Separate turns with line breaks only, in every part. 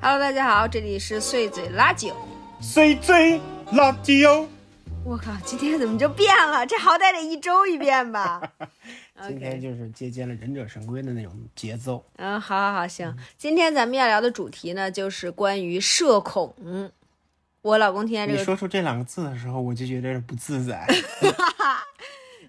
Hello，大家好，这里是碎嘴拉酒。
C J 辣椒。
我靠，今天怎么就变了？这好歹得一周一变吧。
今天
OK，
就是借鉴了忍者神龟的那种节奏。
嗯，好好好，行。今天咱们要聊的主题呢，就是关于社恐。我老公听见
你
这个，
说出这两个字的时候，我就觉得不 自在。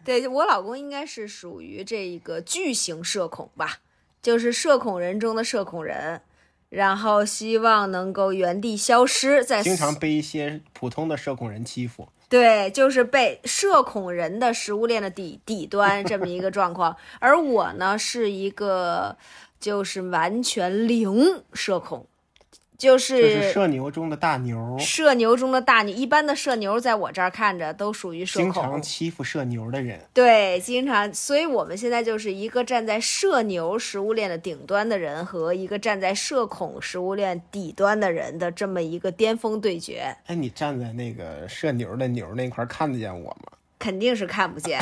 对我老公应该是属于这一个巨型社恐吧，就是社恐人中的社恐人，然后希望能够原地消失，在
经常被一些普通的社恐人欺负，
对，就是被社恐人的食物链的底底端这么一个状况。而我呢，是一个就是完全零社恐，就
就 是
是
社牛中的大牛，
社牛中的大牛。一般的社牛在我这儿看着都属于社
经常
恐，
欺负社牛的人。
对，经常。所以我们现在就是一个站在社牛食物链的顶端的人和一个站在社恐食物链底端的人的这么一个巅峰对决。
哎，你站在那个社牛的牛那块儿看得见我 吗？
肯定是看不见，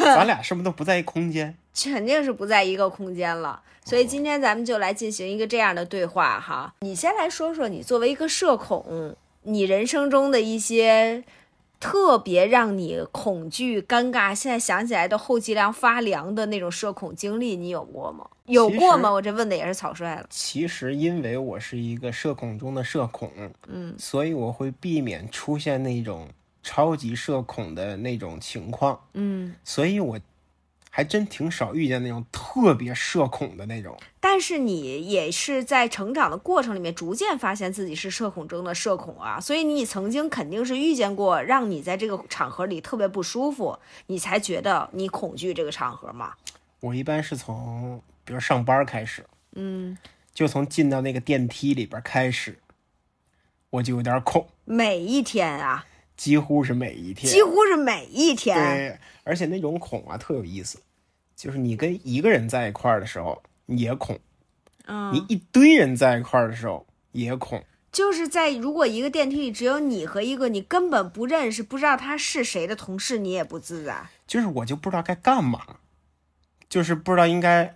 咱俩是不是都不在一空间？
肯定是不在一个空间了。所以今天咱们就来进行一个这样的对话哈。你先来说说你作为一个社恐，你人生中的一些特别让你恐惧、尴尬，现在想起来都后脊梁发凉的那种社恐经历，你有过吗？有过吗？我这问的也是草率了。
其实因为我是一个社恐中的社恐，
嗯，
所以我会避免出现那种超级社恐的那种情况，
嗯，
所以我还真挺少遇见那种特别社恐的那种。
但是你也是在成长的过程里面，逐渐发现自己是社恐中的社恐啊，所以你曾经肯定是遇见过让你在这个场合里特别不舒服，你才觉得你恐惧这个场合嘛。
我一般是从比如上班开始，
嗯，
就从进到那个电梯里边开始，我就有点恐，
每一天啊，
几乎是每一天，
几乎是每一天，
对，而且那种恐啊特有意思，就是你跟一个人在一块儿的时候你也恐，你
嗯，
一堆人在一块儿的时候也恐。
就是在如果一个电梯里只有你和一个你根本不认识、不知道他是谁的同事，你也不自在。
就是我就不知道该干嘛，就是不知道应该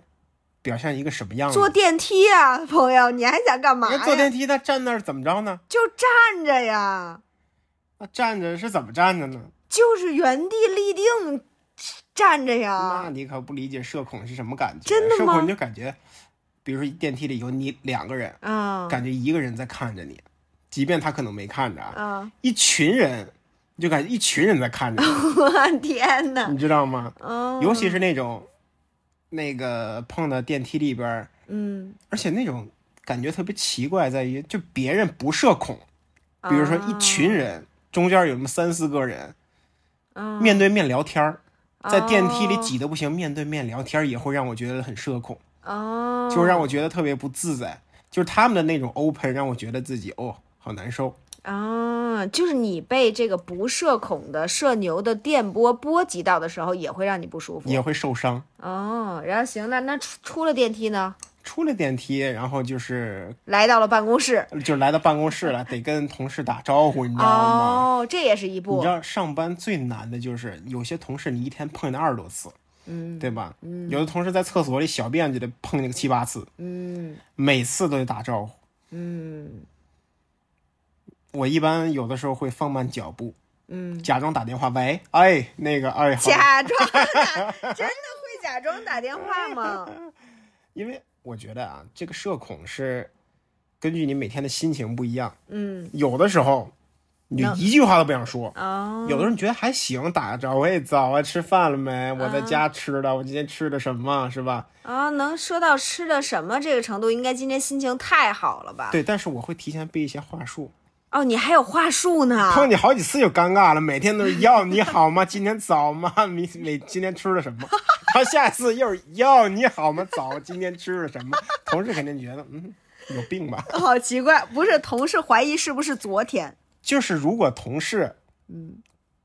表现一个什么样子。
坐电梯啊，朋友，你还想干嘛
嗯那坐
呀？
电梯，那站那儿怎么着呢？
就站着呀。
那站着是怎么站着呢？
就是原地立定站着
那
呀。
你可不理解社恐是什么感觉。
啊真的
社
吗
恐就感觉，比如说电梯里有你两个人，
啊
感觉一个人在看着你，即便他可能没看着啊，
啊！
一群人你就感觉一群人在看着你，
我 天哪！
你知道吗？
嗯
尤其是那种，那个碰到电梯里边儿，
嗯，
而且那种感觉特别奇怪，在于就别人不社恐，比如说一群人，中间有那么三四个人
啊
面对面聊天儿，在电梯里
哦
挤得不行，面对面聊天儿也会让我觉得很社恐，
哦，
就让我觉得特别不自在。就是他们的那种 open 让我觉得自己哦好难受，
啊，就是你被这个不社恐的社牛的电波波及到的时候，也会让你不舒服。
也会受伤。
哦，然后行，那那出出了电梯呢，
出了电梯，然后就是
来到了办公室。
就来到办公室了，得跟同事打招呼，你知道吗？
哦，这也是一
你
步
知。道上班最难的就是有些同事你一天碰见二十多次，
嗯
对吧？有的同事在厕所里小便就得碰见个七八次，
嗯
每次都得打招呼。
嗯
我一般有的时候会放慢脚步，
嗯，
假装打电话，喂，哎，那个，哎，好，
假装打，真的会假装打电话吗？
因为我觉得啊，这个社恐是根据你每天的心情不一样，
嗯，
有的时候你就
能
一句话都不想说。
哦，
有的时候你觉得还行，打个招呼，喂，早啊，吃饭了没？我在
啊
家吃的，我今天吃的什么，是吧？
啊，能说到吃的什么这个程度，应该今天心情太好了吧？，
对，但是我会提前背一些话术，
哦，你还有话术呢
碰，你好几次就尴尬了，每天都是要你好吗？今天早吗？你每今天吃了什么？然后下一次又是要你好吗？早，啊今天吃了什么？同事肯定觉得，嗯，有病吧？
好哦奇怪，不是同事怀疑是不是昨天？
就是如果同事，
嗯，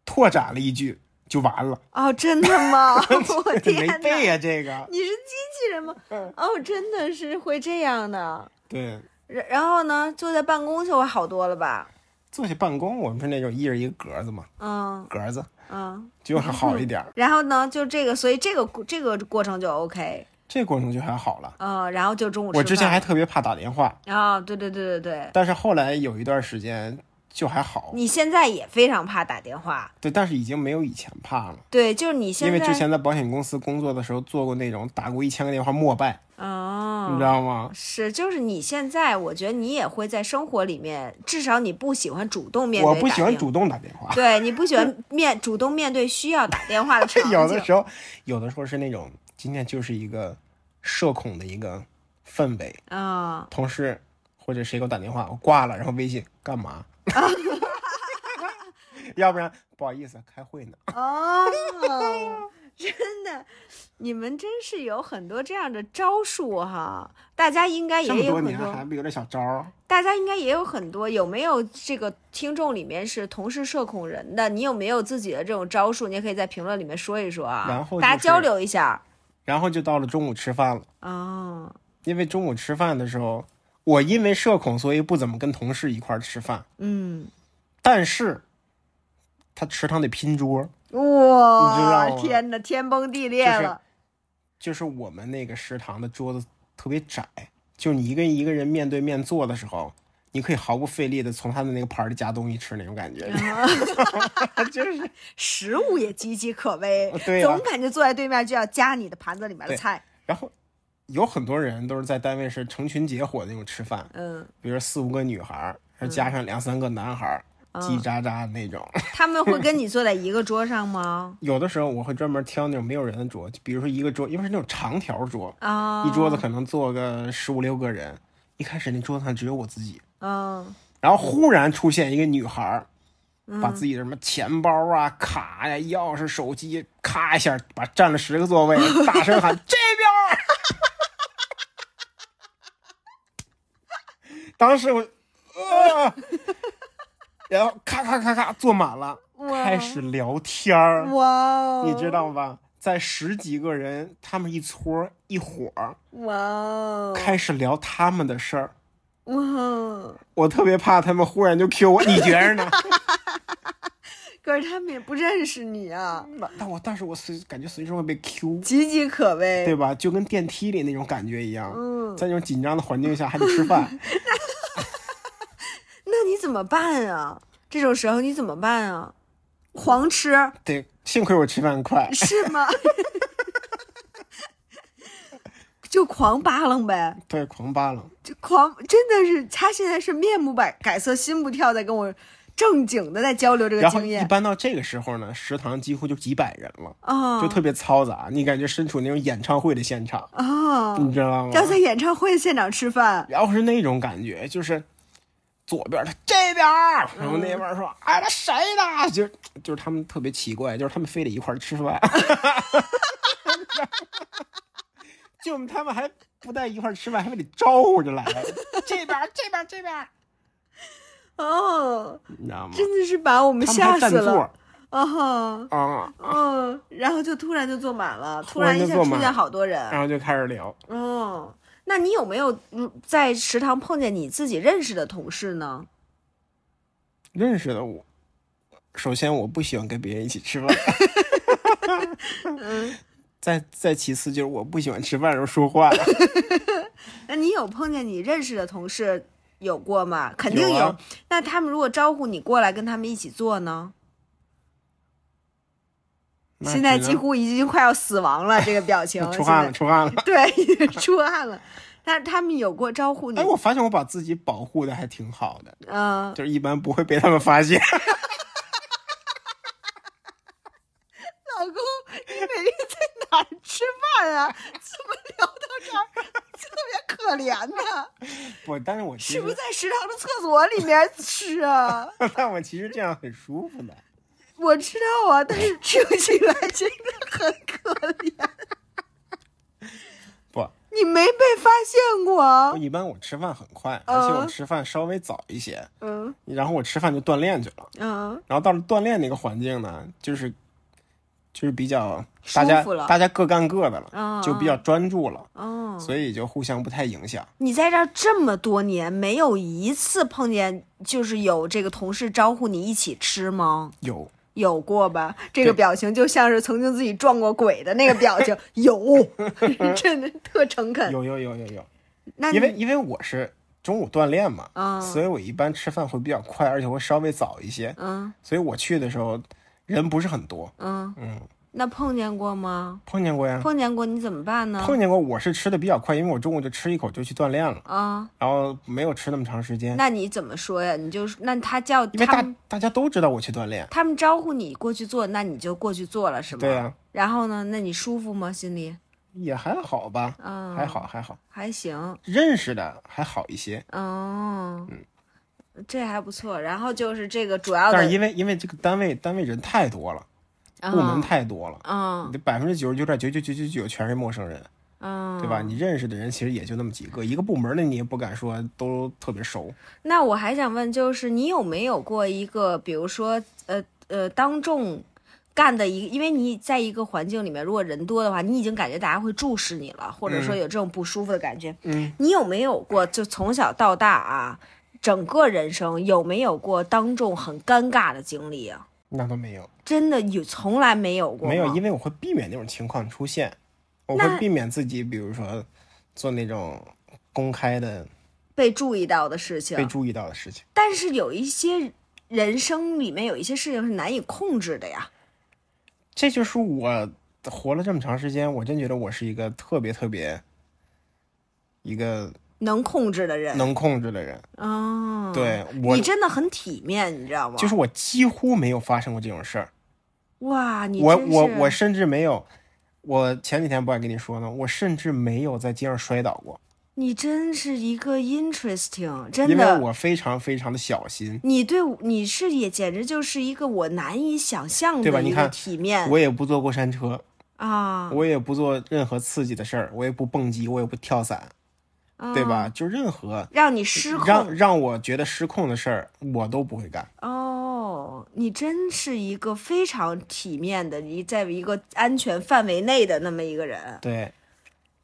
拓展了一句就完了，
哦，真的 吗？我天
没
哪！
背啊嗯呀、这个。
你是机器人吗？哦，真的是会这样的。
对，
然然后呢，坐在办公就会好多了吧？
坐下办公，我们是那种一人一个格子嘛，
嗯
格子
嗯。
就好一点儿。
然后呢，就这个，所以这个这个过程就 OK。
这过程就还好了。
哦，然后就中午吃饭。
我之前还特别怕打电话，
啊、对对对对对，
但是后来有一段时间就还好，
你现在也非常怕打电话，
对，但是已经没有以前怕了。
对，就是你现
因
在
为之前在保险公司工作的时候做过那种打过一千个电话默拜，
哦，
你知道吗？
是，就是你现在，我觉得你也会在生活里面，至少你不喜欢主动面对，
我不喜欢，主动打电话，
对你不喜欢面主动面对需要打电 话的场景。
有的时候，有的时候是那种今天就是一个社恐的一个氛围，
嗯，
同事或者谁给我打电话，我挂了，然后微信 干嘛？ 要不然不好意思，开会呢。
哦，真的，你们真是有很多这样的招数哈，大家应该也
这么
有
多
很
年
多，
还不有点小招儿？
大家应该也有很多，有没有这个听众里面是同是社恐人的？你有没有自己的这种招数？你也可以在评论里面说一说啊，
然后
大家
就是
交流一下。
然后就到了中午吃饭了，
哦，
因为中午吃饭的时候，我因为社恐，所以不怎么跟同事一块儿吃饭。
嗯，
但是，他食堂得拼桌，你知
哇
道吗
天哪，天崩地裂
就是
了。
就是我们那个食堂的桌子特别窄，就你一个一个人面对面坐的时候，你可以毫不费力的从他的那个盘儿里夹东西吃那种感觉，就是
食物也岌岌可危，
对呀、
总感觉坐在对面就要夹你的盘子里面的
对
菜。
然后有很多人都是在单位是成群结伙的那种吃饭，
嗯，
比如说四五个女孩儿，还加上两三个男孩儿，叽叽喳喳那种。
他们会跟你坐在一个桌上吗？
有的时候我会专门挑那种没有人的桌，就比如说一个桌，因为是那种长条桌，
啊、
一桌子可能坐个十五六个人。一开始那桌子上只有我自己，
嗯，
然后忽然出现一个女孩儿，把自己的什么钱包啊、卡呀、钥匙、手机，咔一下把占了十个座位，大声喊这边儿。当时我，呃，然后咔咔咔咔坐满了，
哇
开始聊天儿，
哇哦，
你知道吧？在十几个人，他们一撮儿一伙儿
哇哦，
开始聊他们的事儿。
哇哦。
我特别怕他们忽然就 Q 我，你觉着呢？
可是他们也不认识你啊，
那但我但是我随感觉随时会被 Q，
岌岌可
对
危。
吧？就跟电梯里那种感觉一样，
嗯
在那种紧张的环境下还得吃 饭，
那你怎么办啊？这种时候你怎么办啊？狂吃
对，幸亏我吃饭快，
是吗？ 就狂扒拉呗，
对，狂扒拉。
就狂，真的是他现在是面不改改色心不跳，在跟我正经的在交流这个
然后
经
一
验
般到这个时候呢，食堂几乎就几百人了，
啊
就特别嘈杂，你感觉身处那种演唱会的现场，
啊！
你知道吗？
要在演唱会现场吃饭，
然后是那种感觉，就是左边他这边儿，然后那边儿说哎，那谁呢？就就是他们特别奇怪，就是他们非得一块儿吃饭， 就他们还不但一块儿吃饭，还非得招呼着来，这边儿这边儿这边儿，
哦，
你知道吗？
真的是把我们
他们还
吓
占
死
座
了
儿
啊！哈。
啊、
嗯，然后就突然就坐满了，突
突然
一
就
下
坐
出
满啊
现好多人。
然后就开始聊。
哦，那你有没有嗯在食堂碰见你自己认识的同事呢？
认识的我，首先我不喜欢跟别人一起 吃饭。嗯再再其次就是我不喜欢吃饭的时候说话，
那你有碰见你认识的同事有过吗？肯定有。
有啊
那他们如果招呼你过来跟他们一起坐呢？
那
现在
只
几
能
乎已经快要死亡了，这个表情。
出汗了，
现
出汗了。
在。对，出汗了。那他们有过招呼你
哎，？我发现我把自己保护的还挺好的，
嗯、
就是一般不会被他们 发现。
老公，你每天在哪儿吃饭啊？怎么聊到这儿，特别可怜呢、
不，但是我其
是不是
实，
在食堂的厕所里面吃啊？
但我其实这样很舒
哦
服的。
我知道啊，但是听起来真的很可怜。
不，
你没被发现过啊
我？一般我吃饭很快，而
哦
且我吃饭稍微早一些，
嗯
然后我吃饭就锻炼去了。
嗯，
然后到了锻炼那个环境呢，就是就是比较
舒
大家
服了
大家各干各的
嗯
了，就比较专注了，
哦，
所以就互相不太影响。
你在这儿这么多年，没有一次碰见就是有这个同事招呼你一起吃吗？
有
有过吧？这个
对
表情就像是曾经自己撞过鬼的那个表 情，有， 真的特诚恳。
有有有有有，
那
因为
你
因为我是中午锻炼嘛，
啊
所以我一般吃饭会比较快，而且会稍微早一些，
嗯
所以我去的时候人不是很多，
嗯，
嗯，
那碰见过吗？
碰见过呀，
碰见过你怎么办呢？
碰见过，我是吃的比较快，因为我中午就吃一口就去锻炼了，
啊，
然后没有吃那么长时间，
那你怎么说呀？你就是那他叫
因为
他
大
们
大家都知道我去锻炼，
他们招呼你过去坐，那你就过去坐了是吗？
对呀、
然后呢？那你舒服吗？心里？
也还好吧，
嗯，
还，好还好，
还行。
认识的还好一些，
哦，这还不错。然后就是这个主要的
嗯
啊
但是因为因为这个单位单位人太多了，部门太多了，
嗯
你百分之九十九点九九九九九全是陌生人。
嗯，
对吧？？你认识的人其实也就那么几个，一个部门的你也不敢说都特别熟。
那我还想问，就是你有没有过一个，比如说，呃呃，当众干的一，因为你在一个环境里面，如果人多的话，你已经感觉大家会注视你了，或者说有这种不舒服的感觉。
嗯，
你有没有过，就从小到大啊，整个人生有没有过当众很尴尬的经历啊？
那都没有，
真的有从来没有过吗，
没有，因为我会避免那种情况出现，我
那
会避免自己，比如说做那种公开的
被注意到的事情啊
被。注意到的事情。
但是有一些人生里面有一些事情是难以控制的呀。
这就是我活了这么长时间，我真觉得我是一个特别特别一个
能控制的人，
能控制的人。
哦，
对我
你，真的很体面，你知道吗？
就是我几乎没有发生过这种事儿。
哇，你
我
真
我
是
我甚至没有，我前几天不还跟你说呢，我甚至没有在街上摔倒过。
你真是一个 interesting，真
因为
的，
我非常非常的小心，
你对我你是也简直就是一个我难以想象
对吧
的
你
一个
看
体面
我也不坐过山车，
啊，
我也不做任何刺激的事儿，我也不蹦极，我也不跳伞，对
啊？
吧？就任何
让你失
让
控
让我觉得失控的事儿，我都不会干。
哦，你真是一个非常体面的，一在一个安全范围内的那么一个人，
对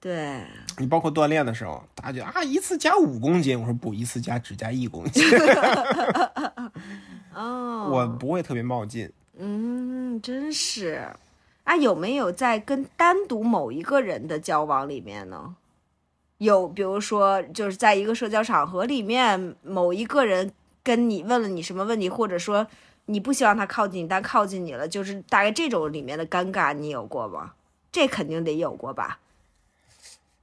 对。
你包括锻炼的时候，大家觉得啊一次加五公斤，我说不，一次加只加一公斤，
哦，
我不会特别冒进。
嗯，真是。啊，有没有在跟单独某一个人的交往里面呢？有，比如说，就是在一个社交场合里面，某一个人跟你问了你什么问题，或者说你不希望他靠近你，但靠近你了，就是大概这种里面的尴尬，你有过吗？这肯定得有过吧？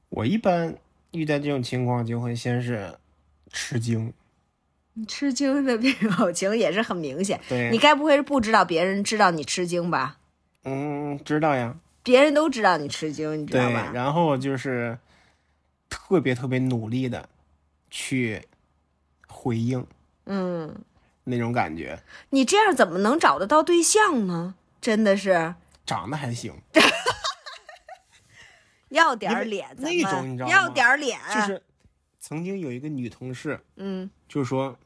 我一般遇到这种情况就会先是吃惊，
吃惊的表情也是很明显。你
对，
该不会是不知道别人知道你吃惊吧？
嗯，知道呀，
别人都知道你吃惊，你知道
对，
吧？
然后就是特别特别努力的去回应
嗯。
那种感觉，
你这样怎么能找得到对象呢？真的是
长得还行，
要点儿脸，
因为
咱们
那种你知道吗
要点儿脸，
就是曾经有一个女同事
嗯
就说，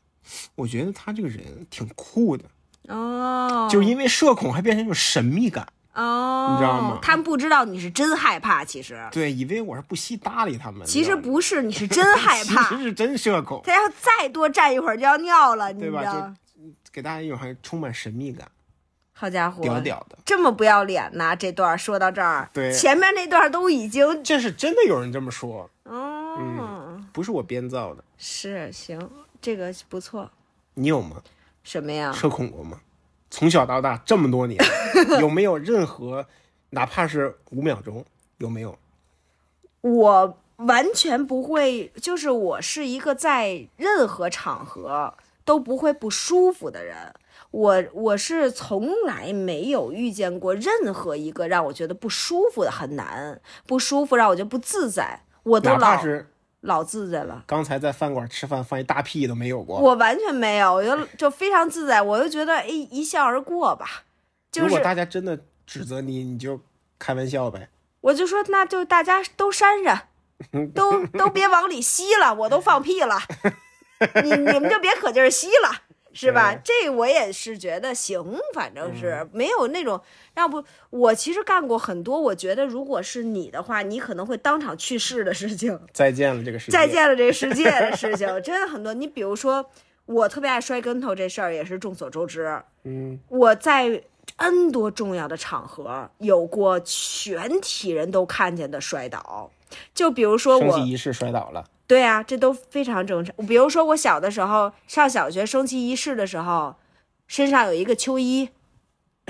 我觉得她这个人挺酷的，
哦，
就是因为社恐还变成一种神秘感，
哦，
你知道吗
他们不知道你是真害怕，其实
对，以为我是不惜搭理他们，
其
你
实
知道吗
不是，你是真害
其实
怕。
是真社恐，
他要再多站一会儿就要尿了，你知
对
道
吧
吗？
给大家一种还充满神秘感，
好家伙，
屌屌的。
这么不要脸呐！这段儿说到这儿，
对
前面那段儿都已经，
这是真的有人这么说，
嗯，
不是我编造的。
是行，这个不错。
你有吗？
什么呀？
社恐过吗？从小到大这么 多年，有没有任何，哪怕是五秒钟，有没有？
我完全不会，就是我是一个在任何场合都不会不舒服的人。我我是从来没有遇见过任何一个让我觉得不舒服的，很难不舒服，让我觉得不自在。我都
哪怕
老
是
老自在了，
刚才在饭馆吃饭放一大屁都没有过。
我完全没有，我就就非常自在，我就觉得哎一笑而过吧，就
如果
是
大家真的指责你，你就开玩笑呗。
我就说那就大家都删删，都都别往里吸了，我都放屁了，你你们就别可劲儿吸了，是吧？
对
这我也是觉得行，反正是没有那种要不我其实干过很多，我觉得如果是你的话，你可能会当场去世的事情，
再见了，这个世 界。
再。见了这个世界的事情，真的很多。你比如说我特别爱摔跟头这事儿也是众所周知，
嗯，
我在 N 多重要的场合有过全体人都看见的摔倒，就比如说
升
我
旗仪式摔倒了，
对啊，这都非常正常。比如说我小的时候上小学升旗仪式的时候，身上有一个秋衣，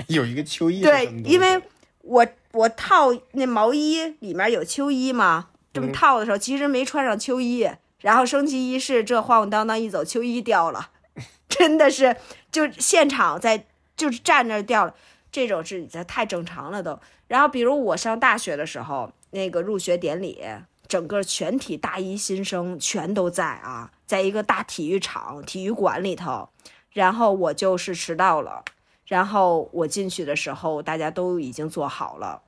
有一个秋衣是
对
什么，东西。
因为我我套那毛衣里面有秋衣嘛，这
嗯
么套的时候其实没穿上秋衣，然后升旗仪式这晃晃荡荡一走，秋衣掉了， 真的是就现场在就是站那儿掉了，这种是已经太正常了都。然后比如我上大学的时候，那个入学典礼，整个全体大一新生全都在啊，在一个大体育场体育馆里头，然后我就是迟到了。然后我进去的时候，大家都已经做好了，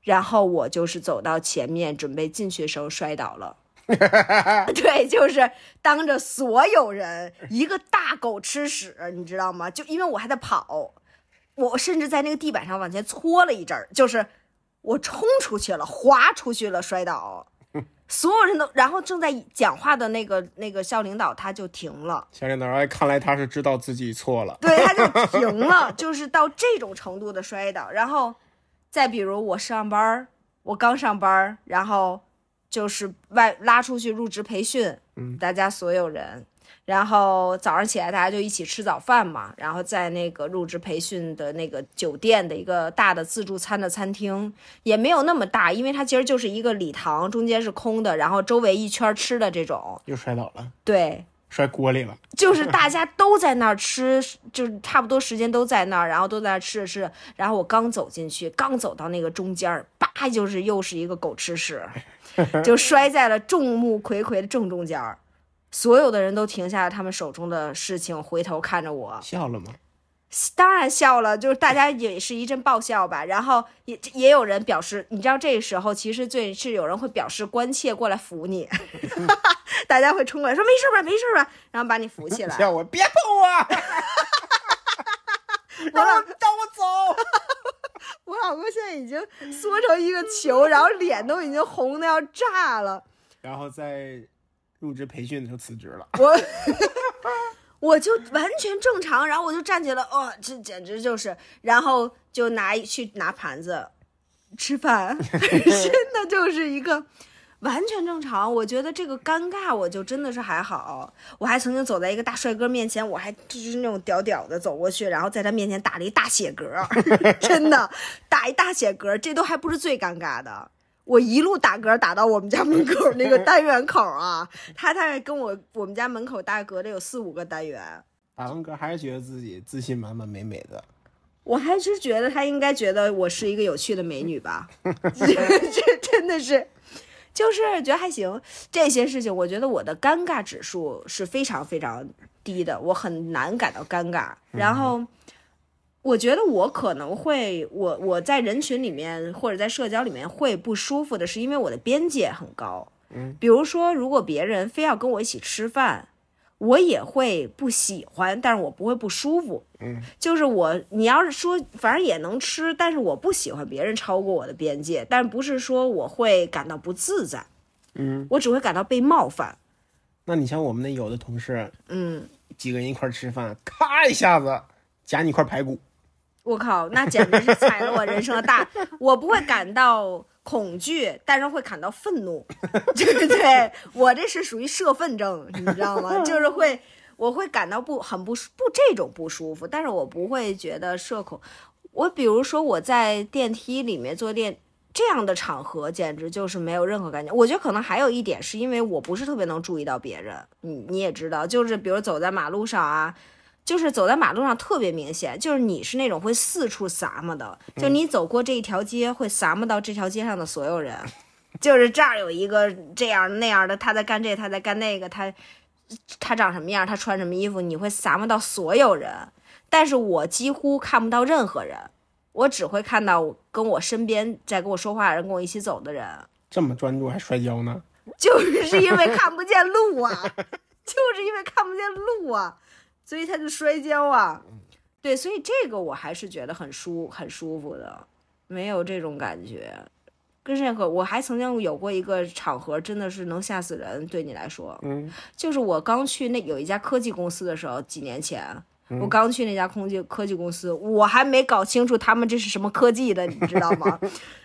然后我就是走到前面准备进去的时候摔倒了。对，就是当着所有人一个大狗吃屎，你知道吗？就因为我还在跑，我甚至在那个地板上往前搓了一阵儿，就是我冲出去了，滑出去了，摔倒，所有人都，然后正在讲话的那个那个校领导他就停了。
小领导，哎，看来他是知道自己错了。
对，他就停了，就是到这种程度的摔倒。然后，再比如我上班儿，我刚上班儿，然后就是外拉出去入职培训，
嗯，
大家所有人，然后早上起来大家就一起吃早饭嘛，然后在那个入职培训的那个酒店的一个大的自助餐的餐厅，也没有那么大，因为它其实就是一个礼堂，中间是空的，然后周围一圈儿吃的这种，
又摔倒了，
对，
摔锅里了。
就是大家都在那儿吃，就是差不多时间都在那儿，然后都在那儿吃着吃着，然后我刚走进去，刚走到那个中间儿，叭，就是又是一个狗吃屎，就摔在了众目睽睽的正中间儿。所有的人都停下了他们手中的事情，回头看着我，
笑了吗？
当然笑了，就是大家也是一阵爆笑吧。然后也也有人表示，你知道这时候其实最是有人会表示关切过来扶你， 大家会冲过来说没事吧，没事吧，然后把你扶起来。
笑我，别碰 我，
我老
让让我走。
我老公现在已经缩成一个球，然后脸都已经红的要炸了。
然后在入职培训的时候辞职了。
我我就完全正常，然后我就站起来，哦，这简直就是，然后就拿一去拿盘子吃饭， 真的就是一个完全正常。我觉得这个尴尬，我就真的是还好。我还曾经走在一个大帅哥面前，我还就是那种屌屌的走过去，然后在他面前打了一大血嗝， 真的打一大血嗝，这都还不是最尴尬的。我一路打嗝打到我们家门口那个单元口啊，他大概跟我我们家门口大概隔着有四五个单元。
打完嗝还是觉得自己自信满满、美美的。
我还是觉得他应该觉得我是一个有趣的美女吧，这真的是，就是觉得还行。这些事情，我觉得我的尴尬指数是非常非常低的，我很难感到尴尬。然后，我觉得我可能会，我我在人群里面或者在社交里面会不舒服的，是因为我的边界很高。
嗯，
比如说，如果别人非要跟我一起吃饭，我也会不喜欢，但是我不会不舒服。就是我，你要是说，反正也能吃，但是我不喜欢别人超过我的边界，但不是说我会感到不自在，
嗯，
我只会感到被冒犯。
那你像我们那有的同事，
嗯，
几个人一块儿吃饭，咔一下子夹你一块排骨，
我靠，那简直是踩了我人生的大，我不会感到恐惧，但是会感到愤怒， 对不对？我这是属于社愤症，你知道吗？就是会。我会感到不很不舒不这种不舒服，但是我不会觉得社恐。我比如说我在电梯里面坐电这样的场合，简直就是没有任何感觉。我觉得可能还有一点是因为我不是特别能注意到别人，你你也知道，就是比如走在马路上啊。就是走在马路上特别明显，就是你是那种会四处撒嘛的，就你走过这一条街会撒嘛到这条街上的所有人，就是这儿有一个这样那样的，他在干这，他在干那个，他他长什么样，他穿什么衣服，你会撒嘛到所有人，但是我几乎看不到任何人，我只会看到跟我身边在跟我说话的人，跟我一起走的人，
这么专注还摔跤呢？
就是因为看不见路啊， 就是因为看不见路啊，所以他就摔跤啊。对，所以这个我还是觉得很舒很舒服的，没有这种感觉。跟任何，我还曾经有过一个场合，真的是能吓死人。对你来说，
嗯，
就是我刚去那有一家科技公司的时候，几年前，我刚去那家空技科技公司，我还没搞清楚他们这是什么科技的，你知道吗？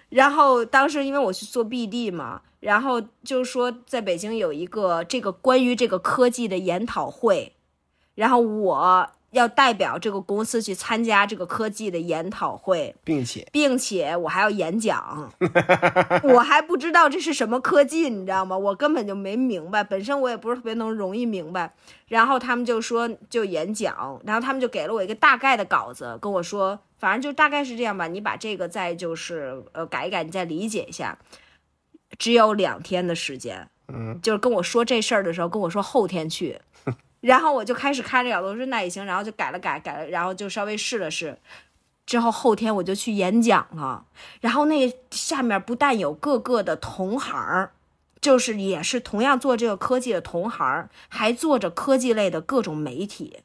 然后当时因为我去做 BD 嘛，然后就说在北京有一个这个关于这个科技的研讨会，然后我要代表这个公司去参加这个科技的研讨会，
并且
并且我还要演讲，我还不知道这是什么科技，你知道吗？我根本就没明白，本身我也不是特别能容易明白。然后他们就说就演讲，然后他们就给了我一个大概的稿子，跟我说，反正就大概是这样吧，你把这个再就是呃改一改，你再理解一下。只有两天的时间，
嗯，
就是跟我说这事儿的时候，跟我说后天去。然后我就开始看这角度，我说那也行，然后就改了改，改了，然后就稍微试了试，之后后天我就去演讲了。然后那个下面不但有各个的同行儿，就是也是同样做这个科技的同行儿，还做着科技类的各种媒体、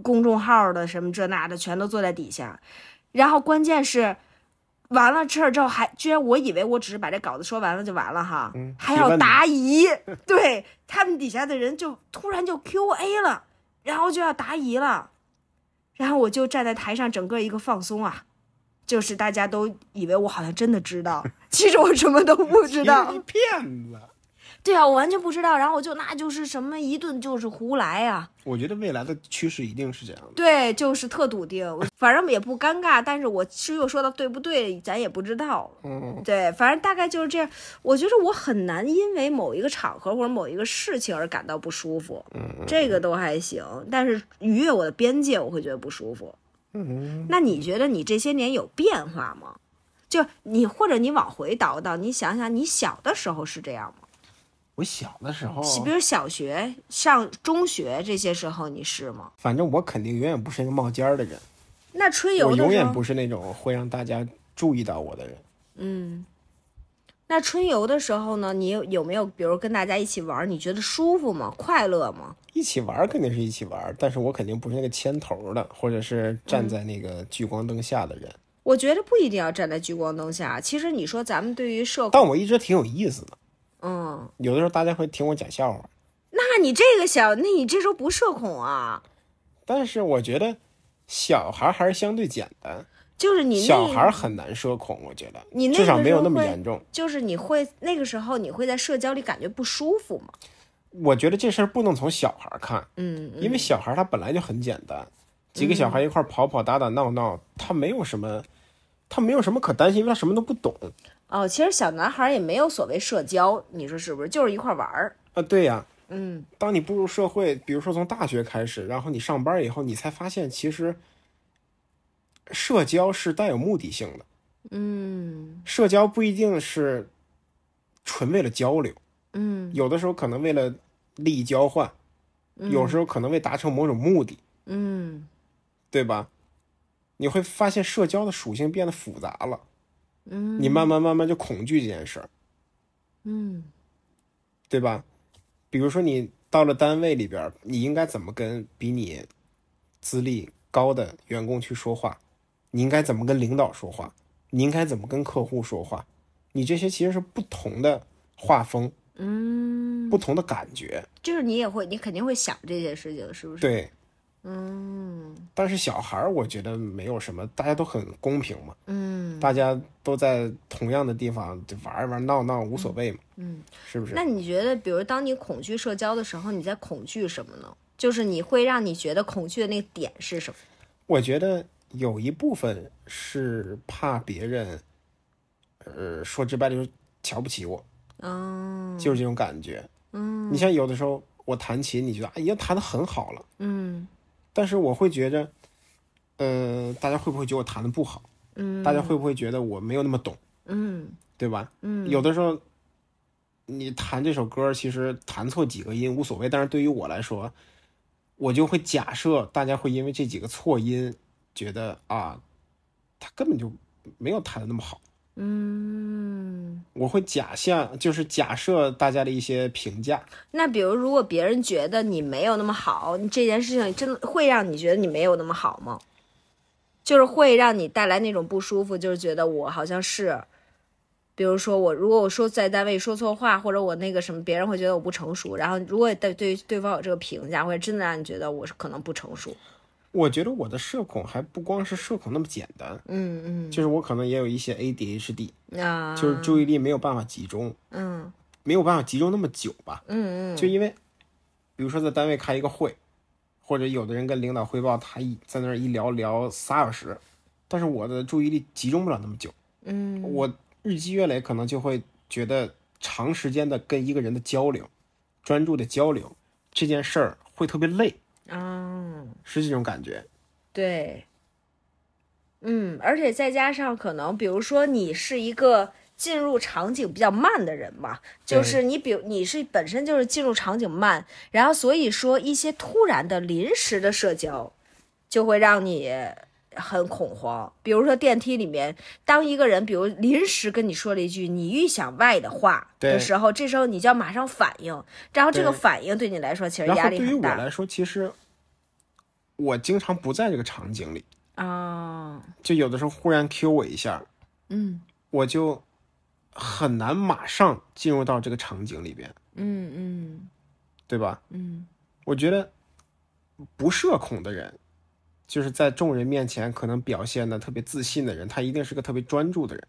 公众号儿的什么这那的，全都坐在底下。然后关键是。完了这儿之后还居然我以为我只是把这稿子说完了就完了哈，
嗯
还
提
要
问呢
答疑， 对他们底下的人就突然就 Q&A 了，然后就要答疑了，然后我就站在台上，整个一个放松啊，就是大家都以为我好像真的知道， 其实我什么都不知道
其实你。骗子。
对啊，我完全不知道。然后我就那就是什么一顿就是胡来啊，
我觉得未来的趋势一定是这样的。
对，就是特笃定，我反正也不尴尬，但是我是又说的对不对，咱也不知道。
嗯，
对，反正大概就是这样。我觉得我很难因为某一个场合或者某一个事情而感到不舒服，
嗯
这个都还行。但是逾越我的边界，我会觉得不舒服。
嗯，
那你觉得你这些年有变化吗？就你或者你往回倒倒，你想想你小的时候是这样吗？
我小的时候，
比如小学、上中学这些时候，你是吗？
反正我肯定永远不是一个冒尖儿的人，
那春游
我
的时候，
永远不是那种会让大家注意到我的人。
嗯。那春游的时候呢，你有有没有比如跟大家一起玩儿，你觉得舒服吗？快乐吗？
一起玩儿肯定是一起玩儿，但是我肯定不是那个牵头的，或者是站在那个聚光灯下的人。
我觉得不一定要站在聚光灯下。其实你说咱们对于社恐，
但我一直挺有意思的，
嗯，
有的时候大家会听我讲笑话，
那你这个小，那你这时候不社恐啊？
但是我觉得小孩儿还是相对简单，
就是你那
小孩儿很难社恐，我觉得
你那个
至少没有那
时候
么
会
严重。
就是你会那个时候你会在社交里感觉不舒服吗？
我觉得这事儿不能从小孩儿看，
嗯，
因为小孩儿他本来就很简单，几个小孩一块儿跑跑打打闹
嗯
闹，他没有什么，他没有什么可担心，因为他什么都不懂
哦，其实小男孩也没有所谓社交，你说是不是？就是一块玩儿。
啊。对呀、
嗯，
当你步入社会，比如说从大学开始，然后你上班以后，你才发现其实社交是带有目的性的，
嗯
社交不一定是纯为了交流，
嗯
有的时候可能为了利益交换，有时候可能为达成某种目的，
嗯
对吧？你会发现社交的属性变得复杂了，
嗯
你慢慢慢慢就恐惧这件事儿，
嗯
对吧？比如说你到了单位里边儿，你应该怎么跟比你资历高的员工去说话？你应该怎么跟领导说话？你应该怎么跟客户说话？你这些其实是不同的画风，
嗯，
不同的感觉，
就是你也会，你肯定会想这些事情，是不是？，
对。
嗯
但是小孩儿，我觉得没有什么，大家都很公平嘛，
嗯
大家都在同样的地方就玩一玩、闹闹，无所谓嘛，
嗯。
是不是？
那你觉得，比如当你恐惧社交的时候，你在恐惧什么呢？就是你会让你觉得恐惧的那个点是什么？
我觉得有一部分是怕别人，呃，说直白了就是瞧不起我，
嗯
就是这种感觉。
嗯
你像有的时候我弹琴，你觉得哎呀弹得很好了，
嗯
但是我会觉着，呃，大家会不会觉得我弹得不好？
嗯
大家会不会觉得我没有那么懂，
嗯
对吧？
嗯
有的时候你弹这首歌，其实弹错几个音无所谓，但是对于我来说，我就会假设大家会因为这几个错音觉得啊，他根本就没有弹的那么好。
嗯。
我会假象，就是假设大家的一些评价，
那比如，如果别人觉得你没有那么好，你这件事情真的会让你觉得你没有那么好吗？就是会让你带来那种不舒服，就是觉得我好像是，比如说我如果我说在单位说错话，或者我那个什么，别人会觉得我不成熟。然后如果对对对方有这个评价，会真的让你觉得我是可能不成熟。
我觉得我的社恐还不光是社恐那么简单，
嗯
就是我可能也有一些 ADHD，
嗯啊，
就是注意力没有办法集中，
嗯
没有办法集中那么久吧。
嗯嗯
就因为，比如说在单位开一个会，或者有的人跟领导汇报，他一在那儿一聊聊仨小时，但是我的注意力集中不了那么久，
嗯，
我日积月累可能就会觉得长时间的跟一个人的交流，专注的交流这件事儿会特别累，
啊，
是这种感觉。
对，嗯，而且再加上可能，比如说你是一个进入场景比较慢的人嘛，就
对
是你比如你是本身就是进入场景慢，然后所以说一些突然的临时的社交，就会让你。很恐慌，比如说电梯里面，当一个人比如临时跟你说了一句你预想外的话的
对
时候，这时候你就要马上反应，然后这个
对
反应对你来说其实
然
压
后
力
对于
很
我
大
来说，其实我经常不在这个场景里，
啊，
就有的时候忽然 Q 我一下，
嗯
我就很难马上进入到这个场景里边，
嗯嗯。
对吧？
嗯
我觉得不社恐的人，就是在众人面前可能表现的特别自信的人，他一定是个特别专注的人。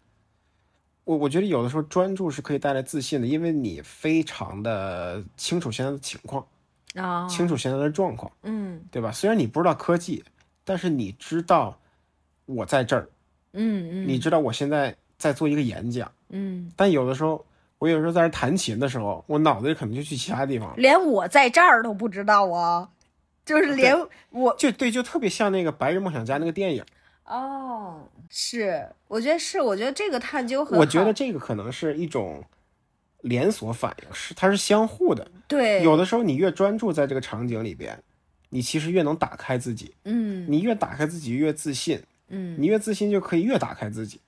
我我觉得有的时候专注是可以带来自信的，因为你非常的清楚现在的情况，
啊，
清楚现在的状况，
嗯
对吧？虽然你不知道科技，但是你知道我在这儿，
嗯
你知道我现在在做一个演讲。
嗯，
但有的时候，我有时候在这弹琴的时候，我脑子里可能就去其他地方了。
连我在这儿都不知道啊，
哦
就是连我
就对，就特别像那个《白日梦想家》那个电影。
哦，是，我觉得是，我觉得这个探究很好，
我觉得这个可能是一种连锁反应，是它是相互的。
对，
有的时候你越专注在这个场景里边，你其实越能打开自己，
嗯
你越打开自己越自信，
嗯。
你越自信就可以越打开自己。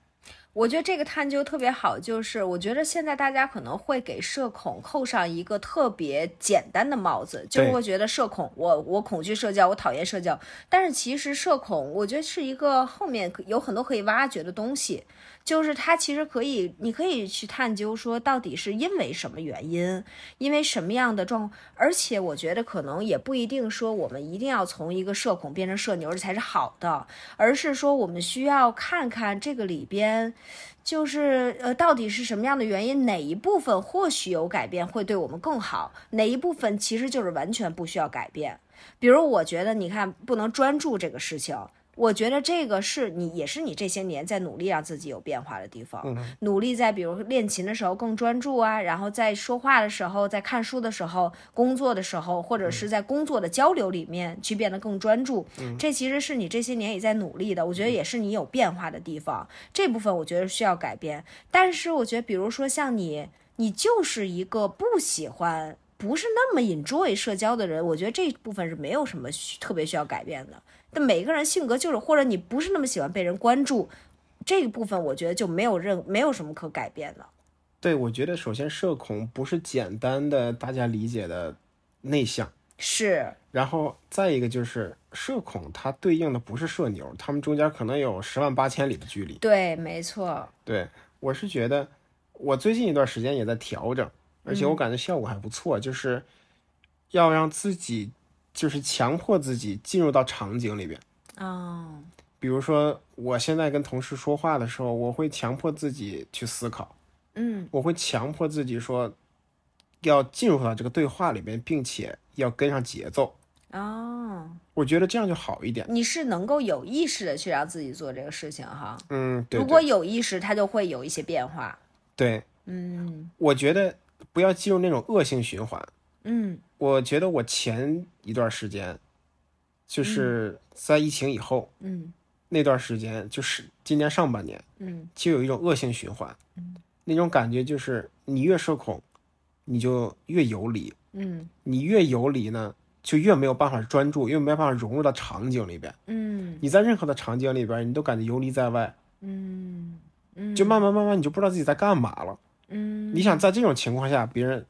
我觉得这个探究特别好，就是我觉得现在大家可能会给社恐扣上一个特别简单的帽子，就是
对
会觉得社恐，我我恐惧社交，我讨厌社交。但是其实社恐，我觉得是一个后面可有很多可以挖掘的东西，就是它其实可以，你可以去探究说到底是因为什么原因，因为什么样的状，而且我觉得可能也不一定说我们一定要从一个社恐变成社牛这才是好的，而是说我们需要看看这个里边。就是呃，到底是什么样的原因？哪一部分或许有改变会对我们更好？哪一部分其实就是完全不需要改变？比如，我觉得你看不能专注这个事情，我觉得这个是你也是你这些年在努力让自己有变化的地方，努力在比如练琴的时候更专注啊，然后在说话的时候、在看书的时候、工作的时候，或者是在工作的交流里面去变得更专注。这其实是你这些年也在努力的，我觉得也是你有变化的地方。这部分我觉得需要改变，但是我觉得，比如说像你，你就是一个不喜欢。不是那么 enjoy 社交的人，我觉得这部分是没有什么需特别需要改变的。但每个人性格就是，或者你不是那么喜欢被人关注，这一部分我觉得就没有任没有什么可改变的。
对，我觉得首先社恐不是简单的大家理解的内向，
是，
然后再一个就是社恐，它对应的不是社牛，他们中间可能有十万八千里的距离。
对，没错，
对，我是觉得我最近一段时间也在调整，而
嗯
且我感觉效果还不错，就是要让自己就是强迫自己进入到场景里边。
哦，
比如说，我现在跟同事说话的时候，我会强迫自己去思考，
嗯
我会强迫自己说要进入到这个对话里边，并且要跟上节奏。
哦，
我觉得这样就好一点。
你是能够有意识的去让自己做这个事情哈。
嗯，对
如果
对
有意识，它就会有一些变化。
对，
嗯
我觉得不要进入那种恶性循环。
嗯
我觉得我前一段时间，就是在疫情以后、
嗯
那段时间，就是今年上半年，
嗯
就有一种恶性循环，那种感觉就是你越社恐，你就越游离，
嗯
你越游离呢，就越没有办法专注，越没有办法融入到场景里边。
嗯
你在任何的场景里边，你都感觉游离在外，
嗯嗯，
就慢慢慢慢你就不知道自己在干嘛了。
嗯
你想在这种情况下，别人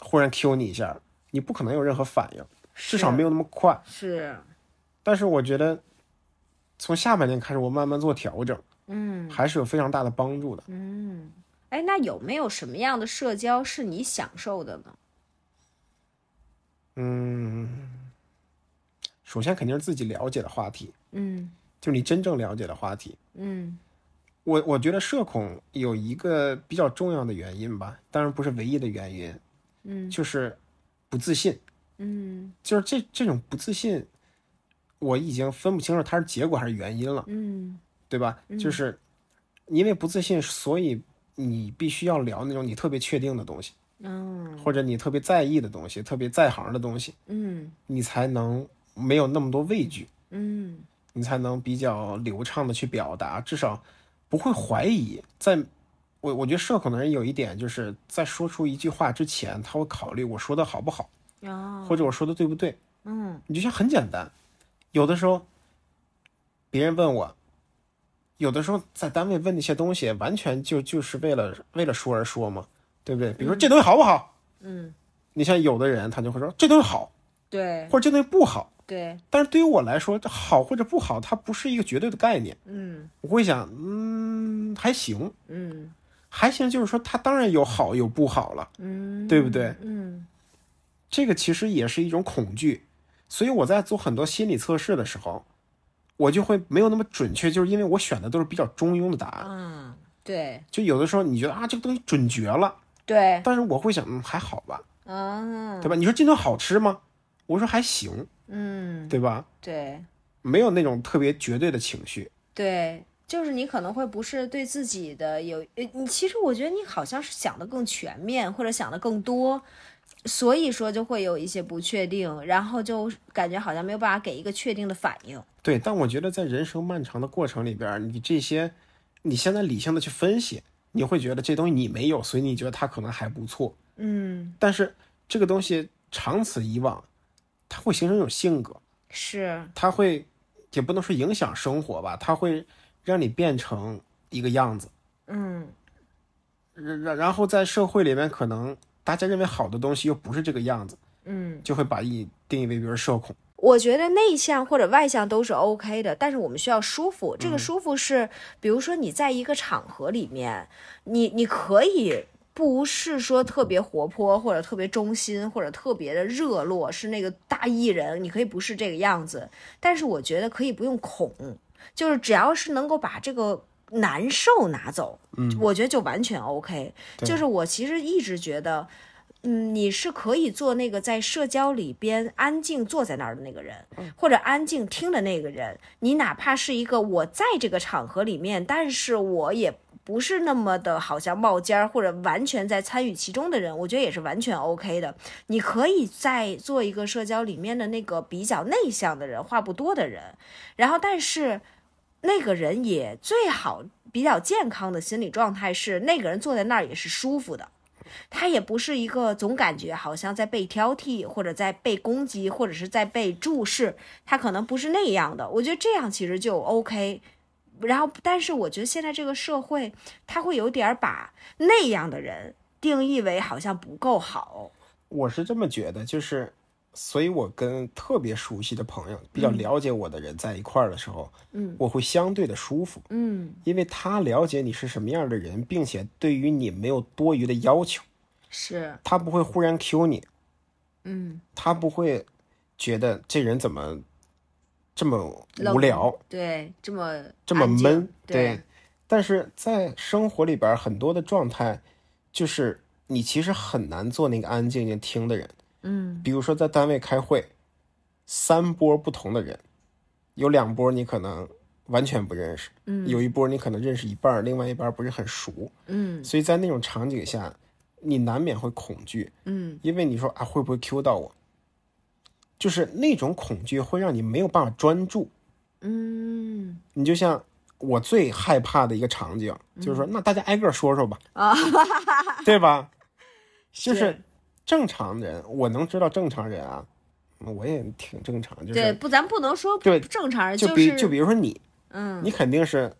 忽然 Q 你一下，你不可能有任何反应，至少没有那么快。
是
但是我觉得，从下半年开始，我慢慢做调整，
嗯
还是有非常大的帮助的。
嗯。哎，那有没有什么样的社交是你享受的呢？
嗯，首先肯定是自己了解的话题，
嗯
就是你真正了解的话题。
嗯
我我觉得社恐有一个比较重要的原因吧，当然不是唯一的原因，
嗯
就是不自信。
嗯
就是这这种不自信，我已经分不清楚它是结果还是原因了，
嗯
对吧？就是因为不自信，所以你必须要聊那种你特别确定的东西，
嗯
或者你特别在意的东西，特别在行的东西，
嗯
你才能没有那么多畏惧，
嗯
你才能比较流畅的去表达，至少不会怀疑。在我我觉得社恐的人有一点就是在说出一句话之前，他会考虑我说的好不好，
哦
或者我说的对不对。
嗯
你就像很简单，有的时候别人问我，有的时候在单位问那些东西，完全就就是为了为了说而说嘛，对不对？比如说这东西好不好？
嗯
你像有的人他就会说这东西好，
对
或者这东西不好。
对
但是对于我来说，这好或者不好，它不是一个绝对的概念。
嗯
我会想，嗯，还行，
嗯
还行，就是说它当然有好有不好了，
嗯
对不对？
嗯
这个其实也是一种恐惧，所以我在做很多心理测试的时候，我就会没有那么准确，就是因为我选的都是比较中庸的答案。
啊对
就有的时候你觉得啊这个东西准绝了，
对
但是我会想，嗯还好吧，
啊
对吧？你说这顿好吃吗？我说还行，
嗯
对吧？
对
没有那种特别绝对的情绪。
对。就是你可能会不是对自己的有，呃，你其实我觉得你好像是想的更全面，或者想的更多，所以说就会有一些不确定，然后就感觉好像没有办法给一个确定的反应。
对，但我觉得在人生漫长的过程里边儿，你这些，你现在理性的去分析，你会觉得这东西你没有，所以你觉得它可能还不错。
嗯，
但是这个东西长此以往，它会形成一种性格，
是，
它会也不能说影响生活吧，它会让你变成一个样子。
嗯
然然然后在社会里面，可能大家认为好的东西又不是这个样子，
嗯。
就会把你定义为比如说社恐。
我觉得内向或者外向都是 OK 的，但是我们需要舒服。
嗯
这个舒服是，比如说你在一个场合里面，你你可以不是说特别活泼，或者特别忠心，或者特别的热络，是那个大艺人，你可以不是这个样子。但是我觉得可以不用恐，就是只要是能够把这个难受拿走，
嗯
我觉得就完全 OK。
对
就是我其实一直觉得，嗯，你是可以做那个在社交里边安静坐在那儿的那个人，或者安静听的那个人。你哪怕是一个我在这个场合里面，但是我也。不是那么的，好像冒尖儿或者完全在参与其中的人，我觉得也是完全 OK 的。你可以在做一个社交里面的那个比较内向的人，话不多的人，然后但是那个人也最好比较健康的心理状态是，那个人坐在那儿也是舒服的，他也不是一个总感觉好像在被挑剔，或者在被攻击，或者是在被注视，他可能不是那样的。我觉得这样其实就 OK。然后，但是我觉得现在这个社会，他会有点儿把那样的人定义为好像不够好。
我是这么觉得，就是，所以我跟特别熟悉的朋友、比较了解我的人在一块儿的时候，
嗯
我会相对的舒服，
嗯，
因为他了解你是什么样的人，并且对于你没有多余的要求，
是，
他不会忽然 Q 你，
嗯，
他不会觉得这人怎么这么
冷
无聊，
对，这么
这么
安静
闷，
对，
但是在生活里边儿很多的状态，就是你其实很难做那个安安静静听的人。
嗯
比如说在单位开会，三波不同的人，有两波你可能完全不认识，
嗯
有一波你可能认识一半儿，另外一半儿不是很熟，
嗯
所以在那种场景下，你难免会恐惧，
嗯
因为你说啊会不会 Q 到我，就是那种恐惧会让你没有办法专注。
嗯
你就像我最害怕的一个场景，就是说那大家挨个说说吧，
嗯 啊，
对吧？就是是正常人，我能知道正常人啊，我也挺正常，就是
对，不，咱不能说
对
正常人
就比
是
就比如说你，
嗯
你肯定是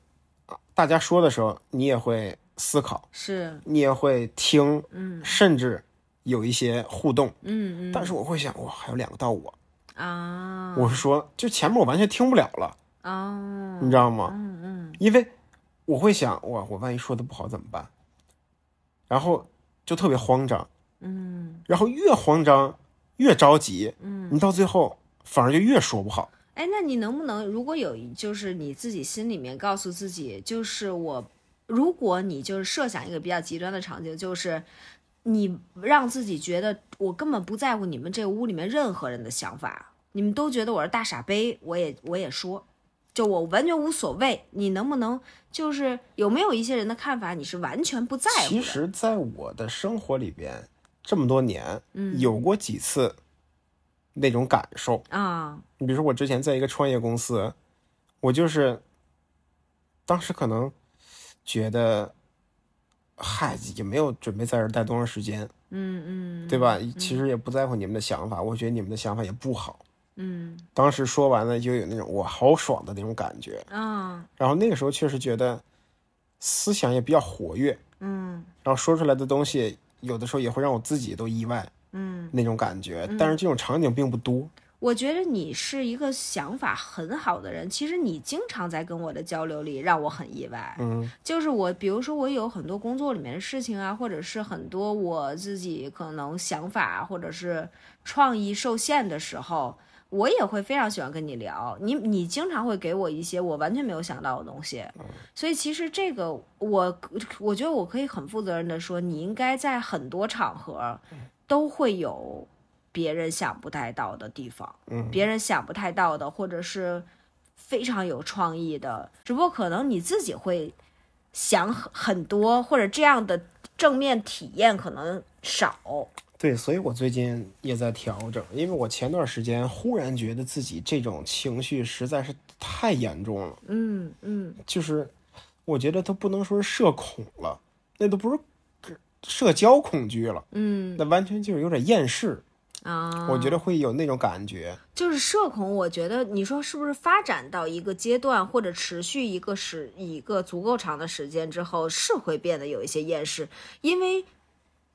啊大家说的时候，你也会思考，
是
你也会听，
嗯
甚至有一些互动。
嗯嗯
但是我会想，哇，还有两个到我，
啊
我是说，就前面我完全听不了了，
啊
你知道吗？
嗯嗯
因为我会想，哇，我万一说的不好怎么办？然后就特别慌张，
嗯
然后越慌张越着急，
嗯
你到最后反而就越说不好。
哎，那你能不能，如果有一，就是你自己心里面告诉自己，就是我，如果你就是设想一个比较极端的场景，就是你让自己觉得我根本不在乎你们这屋里面任何人的想法，你们都觉得我是大傻杯，我也我也说，就我完全无所谓。你能不能就是有没有一些人的看法，你是完全不在乎
其
的？
实，在我的生活里边，这么多年，
嗯
有过几次那种感受。
啊，
你比如说，我之前在一个创业公司，我就是当时可能觉得，嗨，也没有准备在这儿待多长时间，
嗯嗯
对吧？其实也不在乎你们的想法，我觉得你们的想法也不好。
嗯
当时说完了，就有那种哇好爽的那种感觉。
啊
然后那个时候确实觉得思想也比较活跃，
嗯
然后说出来的东西有的时候也会让我自己都意外
嗯，
那种感觉。但是这种场景并不多，
我觉得你是一个想法很好的人，其实你经常在跟我的交流里让我很意外。
嗯，
就是我，比如说我有很多工作里面的事情啊，或者是很多我自己可能想法或者是创意受限的时候，我也会非常喜欢跟你聊。你你经常会给我一些我完全没有想到的东西，所以其实这个我我觉得我可以很负责任的说，你应该在很多场合都会有别人想不太到的地方，
嗯
别人想不太到的，或者是非常有创意的，只不过可能你自己会想很很多，或者这样的正面体验可能少。
对，所以我最近也在调整，因为我前段时间忽然觉得自己这种情绪实在是太严重了，
嗯嗯
就是我觉得都不能说是社恐了，那都不是社交恐惧了，
嗯
那完全就是有点厌世，
啊，
我觉得会有那种感觉。
就是社恐，我觉得你说是不是发展到一个阶段，或者持续一个时一个足够长的时间之后，是会变得有一些厌世，因为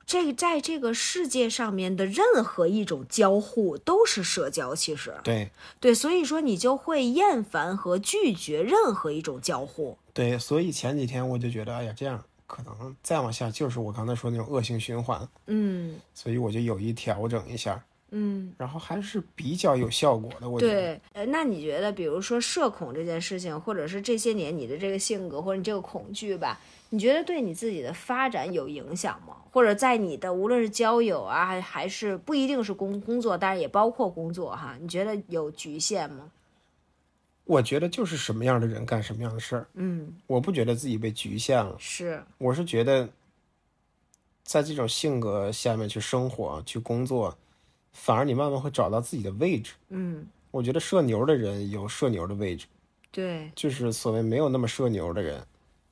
这个在这个世界上面的任何一种交互都是社交，其实
对
对，所以说你就会厌烦和拒绝任何一种交互。
对，所以前几天我就觉得，哎呀，这样可能再往下就是我刚才说那种恶性循环，
嗯
所以我就有意调整一下，
嗯，
然后还是比较有效果的。我觉得
对，呃，那你觉得，比如说社恐这件事情，或者是这些年你的这个性格，或者你这个恐惧吧，你觉得对你自己的发展有影响吗？或者在你的无论是交友啊，还还是不一定是工工作，当然也包括工作哈，你觉得有局限吗？
我觉得就是什么样的人干什么样的事儿，
嗯，
我不觉得自己被局限了，
是，
我是觉得，在这种性格下面去生活、去工作，反而你慢慢会找到自己的位置。
嗯，
我觉得社牛的人有社牛的位置，
对，
就是所谓没有那么社牛的人，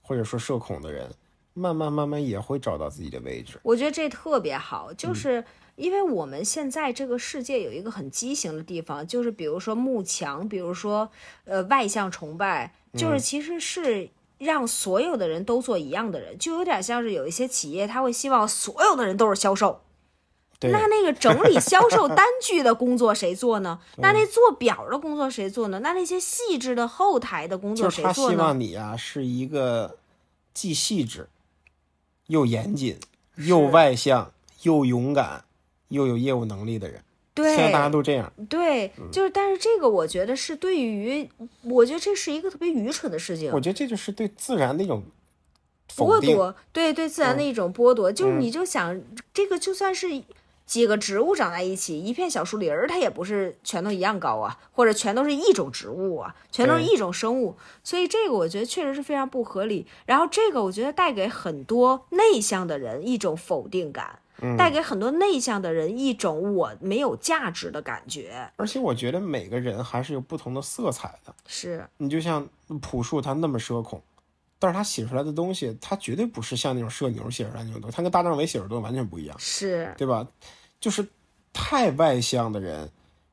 或者说社恐的人，慢慢慢慢也会找到自己的位置。
我觉得这特别好，
嗯
就是因为我们现在这个世界有一个很畸形的地方，就是比如说慕强，比如说呃外向崇拜，
嗯
就是其实是。让所有的人都做一样的人，就有点像是有一些企业，他会希望所有的人都是销售。
对，
那那个整理销售单据的工作谁做呢？
嗯
那那做表的工作谁做呢？那那些细致的后台的工作
就是
谁
他
做
希
呢？
望你啊是一个既细致、又严谨、又
是
外向、又勇敢、又有业务能力的人。
对，
现在大家都这样。
对，就是，但是这个我觉得是对于，我觉得这是一个特别愚蠢的事情
我，觉得这就是对自然的一种
剥
否定。嗯
夺，对对自然的一种剥夺，就是你就想，这个就算是几个植物长在一起，一片小树林儿，它也不是全都一样高啊，或者全都是一种植物啊，全都是
对
一种生物，所以这个我觉得确实是非常不合理。然后这个我觉得带给很多内向的人一种否定感，
嗯
带给很多内向的人一种我没有价值的感觉，
而且我觉得每个人还是有不同的色彩的。
是，
你就像朴树，他那么社恐，但是他写出来的东西，他绝对不是像那种社牛写出来的那种东西，他跟大张伟写的东西完全不一样，
是。
对吧？就是太外向的人，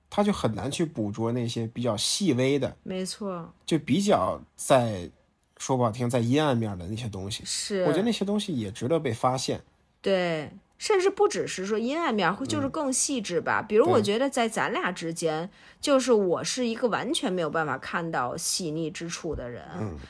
他就很难去捕捉那些比较细微的，
没错，
就比较在说不好听，在阴暗面的那些东西。
是，
我觉得那些东西也值得被发现。
对甚至不只是说阴暗面，会就是更细致吧。比如，我
对
觉得在咱俩之间，就是我是一个完全没有办法看到细腻之处的人，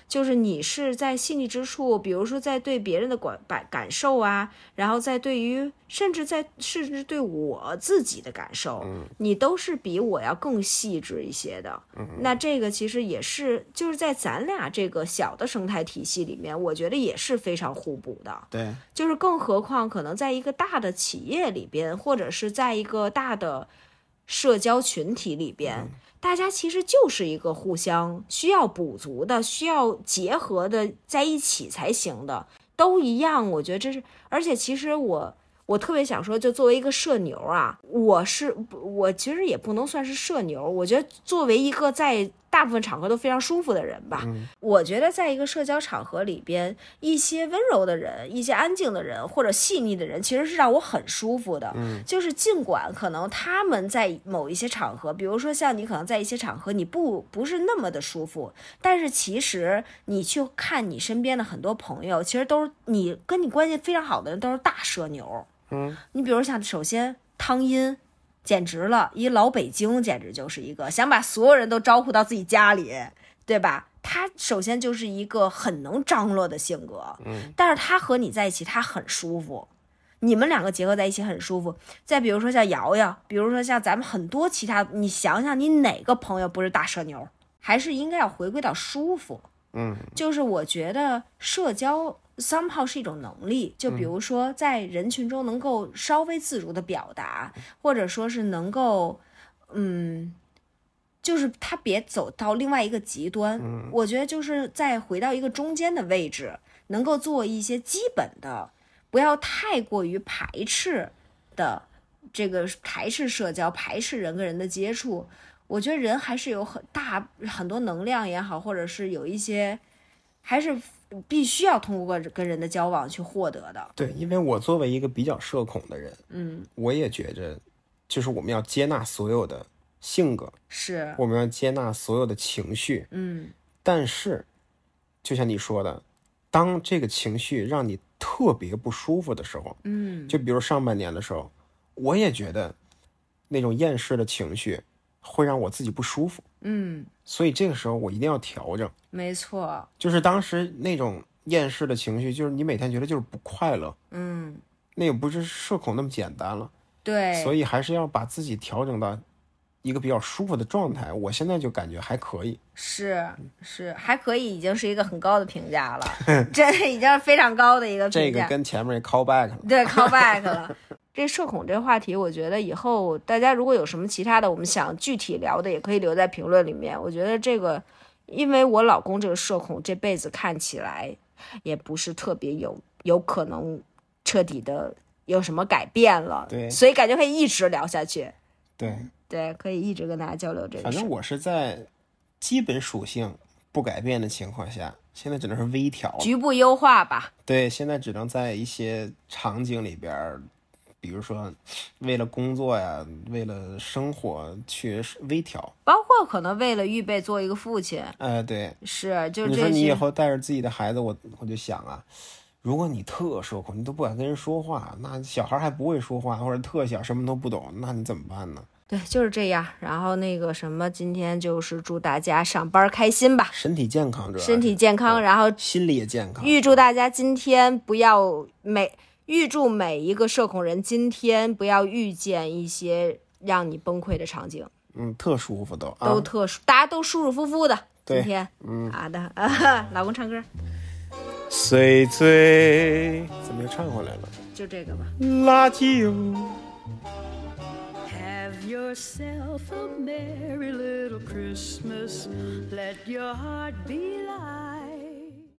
就是你是在细腻之处，比如说在对别人的感感感受啊，然后在对于甚至在甚至对我自己的感受，你都是比我要更细致一些的。那这个其实也是就是在咱俩这个小的生态体系里面，我觉得也是非常互补的。
对，
就是更何况可能在一个大的企业里边，或者是在一个大的社交群体里边，大家其实就是一个互相需要补足的、需要结合的在一起才行的，都一样。我觉得这是，而且其实我。我特别想说，就作为一个社牛啊，我是我其实也不能算是社牛，我觉得作为一个在大部分场合都非常舒服的人吧，我觉得在一个社交场合里边，一些温柔的人、一些安静的人或者细腻的人，其实是让我很舒服的。嗯，就是尽管可能他们在某一些场合，比如说像你可能在一些场合你不不是那么的舒服，但是其实你去看你身边的很多朋友，其实都是你跟你关系非常好的人都是大社牛。
嗯，
你比如像首先汤阴。简直了，一老北京简直就是一个想把所有人都招呼到自己家里，对吧？他首先就是一个很能张罗的性格，嗯，但是他和你在一起，他很舒服，你们两个结合在一起很舒服。再比如说像瑶瑶，比如说像咱们很多其他，你想想你哪个朋友不是大社牛？还是应该要回归到舒服，
嗯，
就是我觉得社交 somehow 是一种能力，就比如说在人群中能够稍微自如的表达，或者说是能够，嗯，就是他别走到另外一个极端。我觉得就是再回到一个中间的位置，能够做一些基本的，不要太过于排斥的这个排斥社交、排斥人跟人的接触。我觉得人还是有很大很多能量也好，或者是有一些，还是必须要通过跟人的交往去获得的。
对，因为我作为一个比较社恐的人，
嗯，
我也觉着，就是我们要接纳所有的性格，
是，
我们要接纳所有的情绪，
嗯，
但是，就像你说的，当这个情绪让你特别不舒服的时候，
嗯，
就比如上半年的时候，我也觉得那种厌世的情绪会让我自己不舒服，
嗯，
所以这个时候我一定要调整。
没错，
就是当时那种厌世的情绪，就是你每天觉得就是不快乐，
嗯，
那也不是社恐那么简单了，
对，
所以还是要把自己调整到一个比较舒服的状态。我现在就感觉还可以，
是
嗯
是，还可以，已经是一个很高的评价了， 这已经是非常高的一个
这
评
个
价。
跟前面也 call back 了。
对，call back 了。这社恐这话题，我觉得以后大家如果有什么其他的，我们想具体聊的，也可以留在评论里面。我觉得这个，因为我老公这个社恐，这辈子看起来也不是特别有有可能彻底的有什么改变了，
对
所以感觉可以一直聊下去，
对，
对，可以一直跟大家交流这个
反
事
正
儿。
我是在基本属性不改变的情况下，现在只能是微调了。
局部优化吧，
对，现在只能在一些场景里边儿，比如说为了工作呀，为了生活去微调。
包括可能为了预备做一个父亲，
呃，对，
是就
你
这
说你以
些，
后带着自己的孩子，我我就想啊，如果你特社恐，你都不敢跟人说话，那小孩还不会说话，或者特小，什么都不懂，那你怎么办呢？
对，就是这样。然后那个什么，今天就是祝大家上班开心吧，
身体健康主要是，啊
身体健康，然后
心理也健康。
预祝大家今天不要每预祝每一个社恐人今天不要遇见一些让你崩溃的场景，
嗯，特舒服都啊。
都特殊，大家都舒舒服服的。今
对
天，嗯，好的， 啊、老公唱歌
碎碎，怎么又唱回来了？
就这个吧。
垃圾哦。
Have yourself a merry little Christmas. Let your heart be light.